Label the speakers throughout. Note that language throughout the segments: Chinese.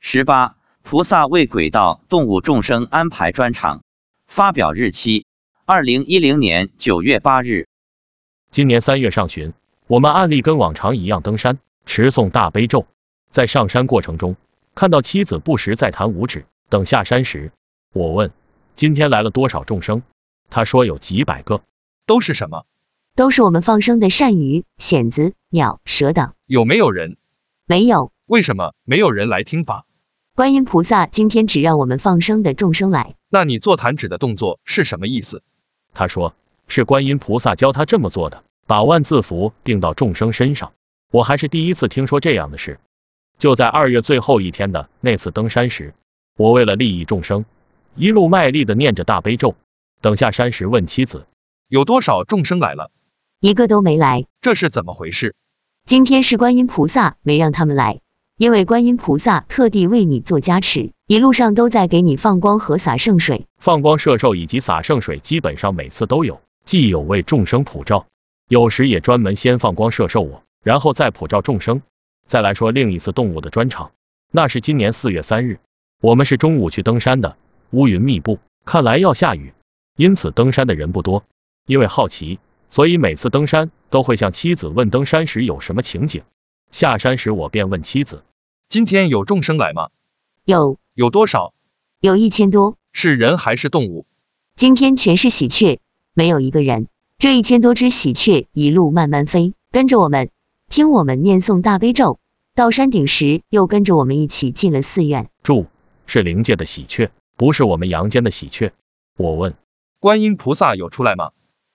Speaker 1: 十八，菩萨为轨道动物众生安排专场，发表日期：二零一零年九月八日。
Speaker 2: 今年三月上旬，我们案例跟往常一样登山，持诵大悲咒。在上山过程中，看到妻子不时在弹五指。等下山时，我问：“今天来了多少众生？”他说有几百个。
Speaker 3: 都是什么？
Speaker 4: 都是我们放生的鳝鱼、蚬子、鸟、蛇等。
Speaker 3: 有没有人？
Speaker 4: 没有，
Speaker 3: 为什么没有人来听法？
Speaker 4: 观音菩萨今天只让我们放生的众生来。
Speaker 3: 那你做弹指的动作是什么意思？
Speaker 2: 他说是观音菩萨教他这么做的，把万字符定到众生身上。我还是第一次听说这样的事。就在二月最后一天的那次登山时，我为了利益众生，一路卖力的念着大悲咒。等下山时问妻子，
Speaker 3: 有多少众生来了？
Speaker 4: 一个都没来。
Speaker 3: 这是怎么回事？
Speaker 4: 今天是观音菩萨没让他们来，因为观音菩萨特地为你做加持，一路上都在给你放光和洒圣水。
Speaker 2: 放光射寿以及洒圣水基本上每次都有，既有为众生普照，有时也专门先放光射寿我，然后再普照众生。再来说另一次动物的专场，那是今年四月三日，我们是中午去登山的，乌云密布，看来要下雨，因此登山的人不多。因为好奇，所以每次登山都会向妻子问登山时有什么情景。下山时我便问妻子，
Speaker 3: 今天有众生来吗？
Speaker 4: 有，
Speaker 3: 有多少？
Speaker 4: 有一千多。
Speaker 3: 是人还是动物？
Speaker 4: 今天全是喜鹊，没有一个人。这一千多只喜鹊一路慢慢飞，跟着我们，听我们念诵大悲咒。到山顶时，又跟着我们一起进了寺院。
Speaker 2: 注是灵界的喜鹊，不是我们阳间的喜鹊。我问
Speaker 3: 观音菩萨有出来吗？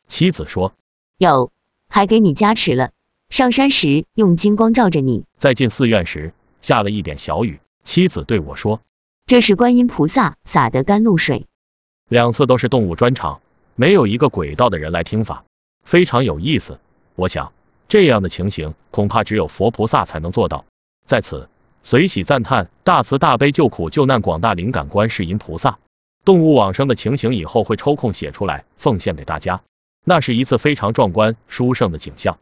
Speaker 2: 妻子说，
Speaker 4: 有，还给你加持了。上山时用金光照着你，
Speaker 2: 在进寺院时下了一点小雨，妻子对我说，
Speaker 4: 这是观音菩萨洒的甘露水。
Speaker 2: 两次都是动物专场，没有一个轨道的人来听法，非常有意思。我想这样的情形恐怕只有佛菩萨才能做到。在此，随喜赞叹大慈大悲救苦救难广大灵感观世音菩萨。动物往生的情形以后会抽空写出来奉献给大家，那是一次非常壮观殊胜的景象。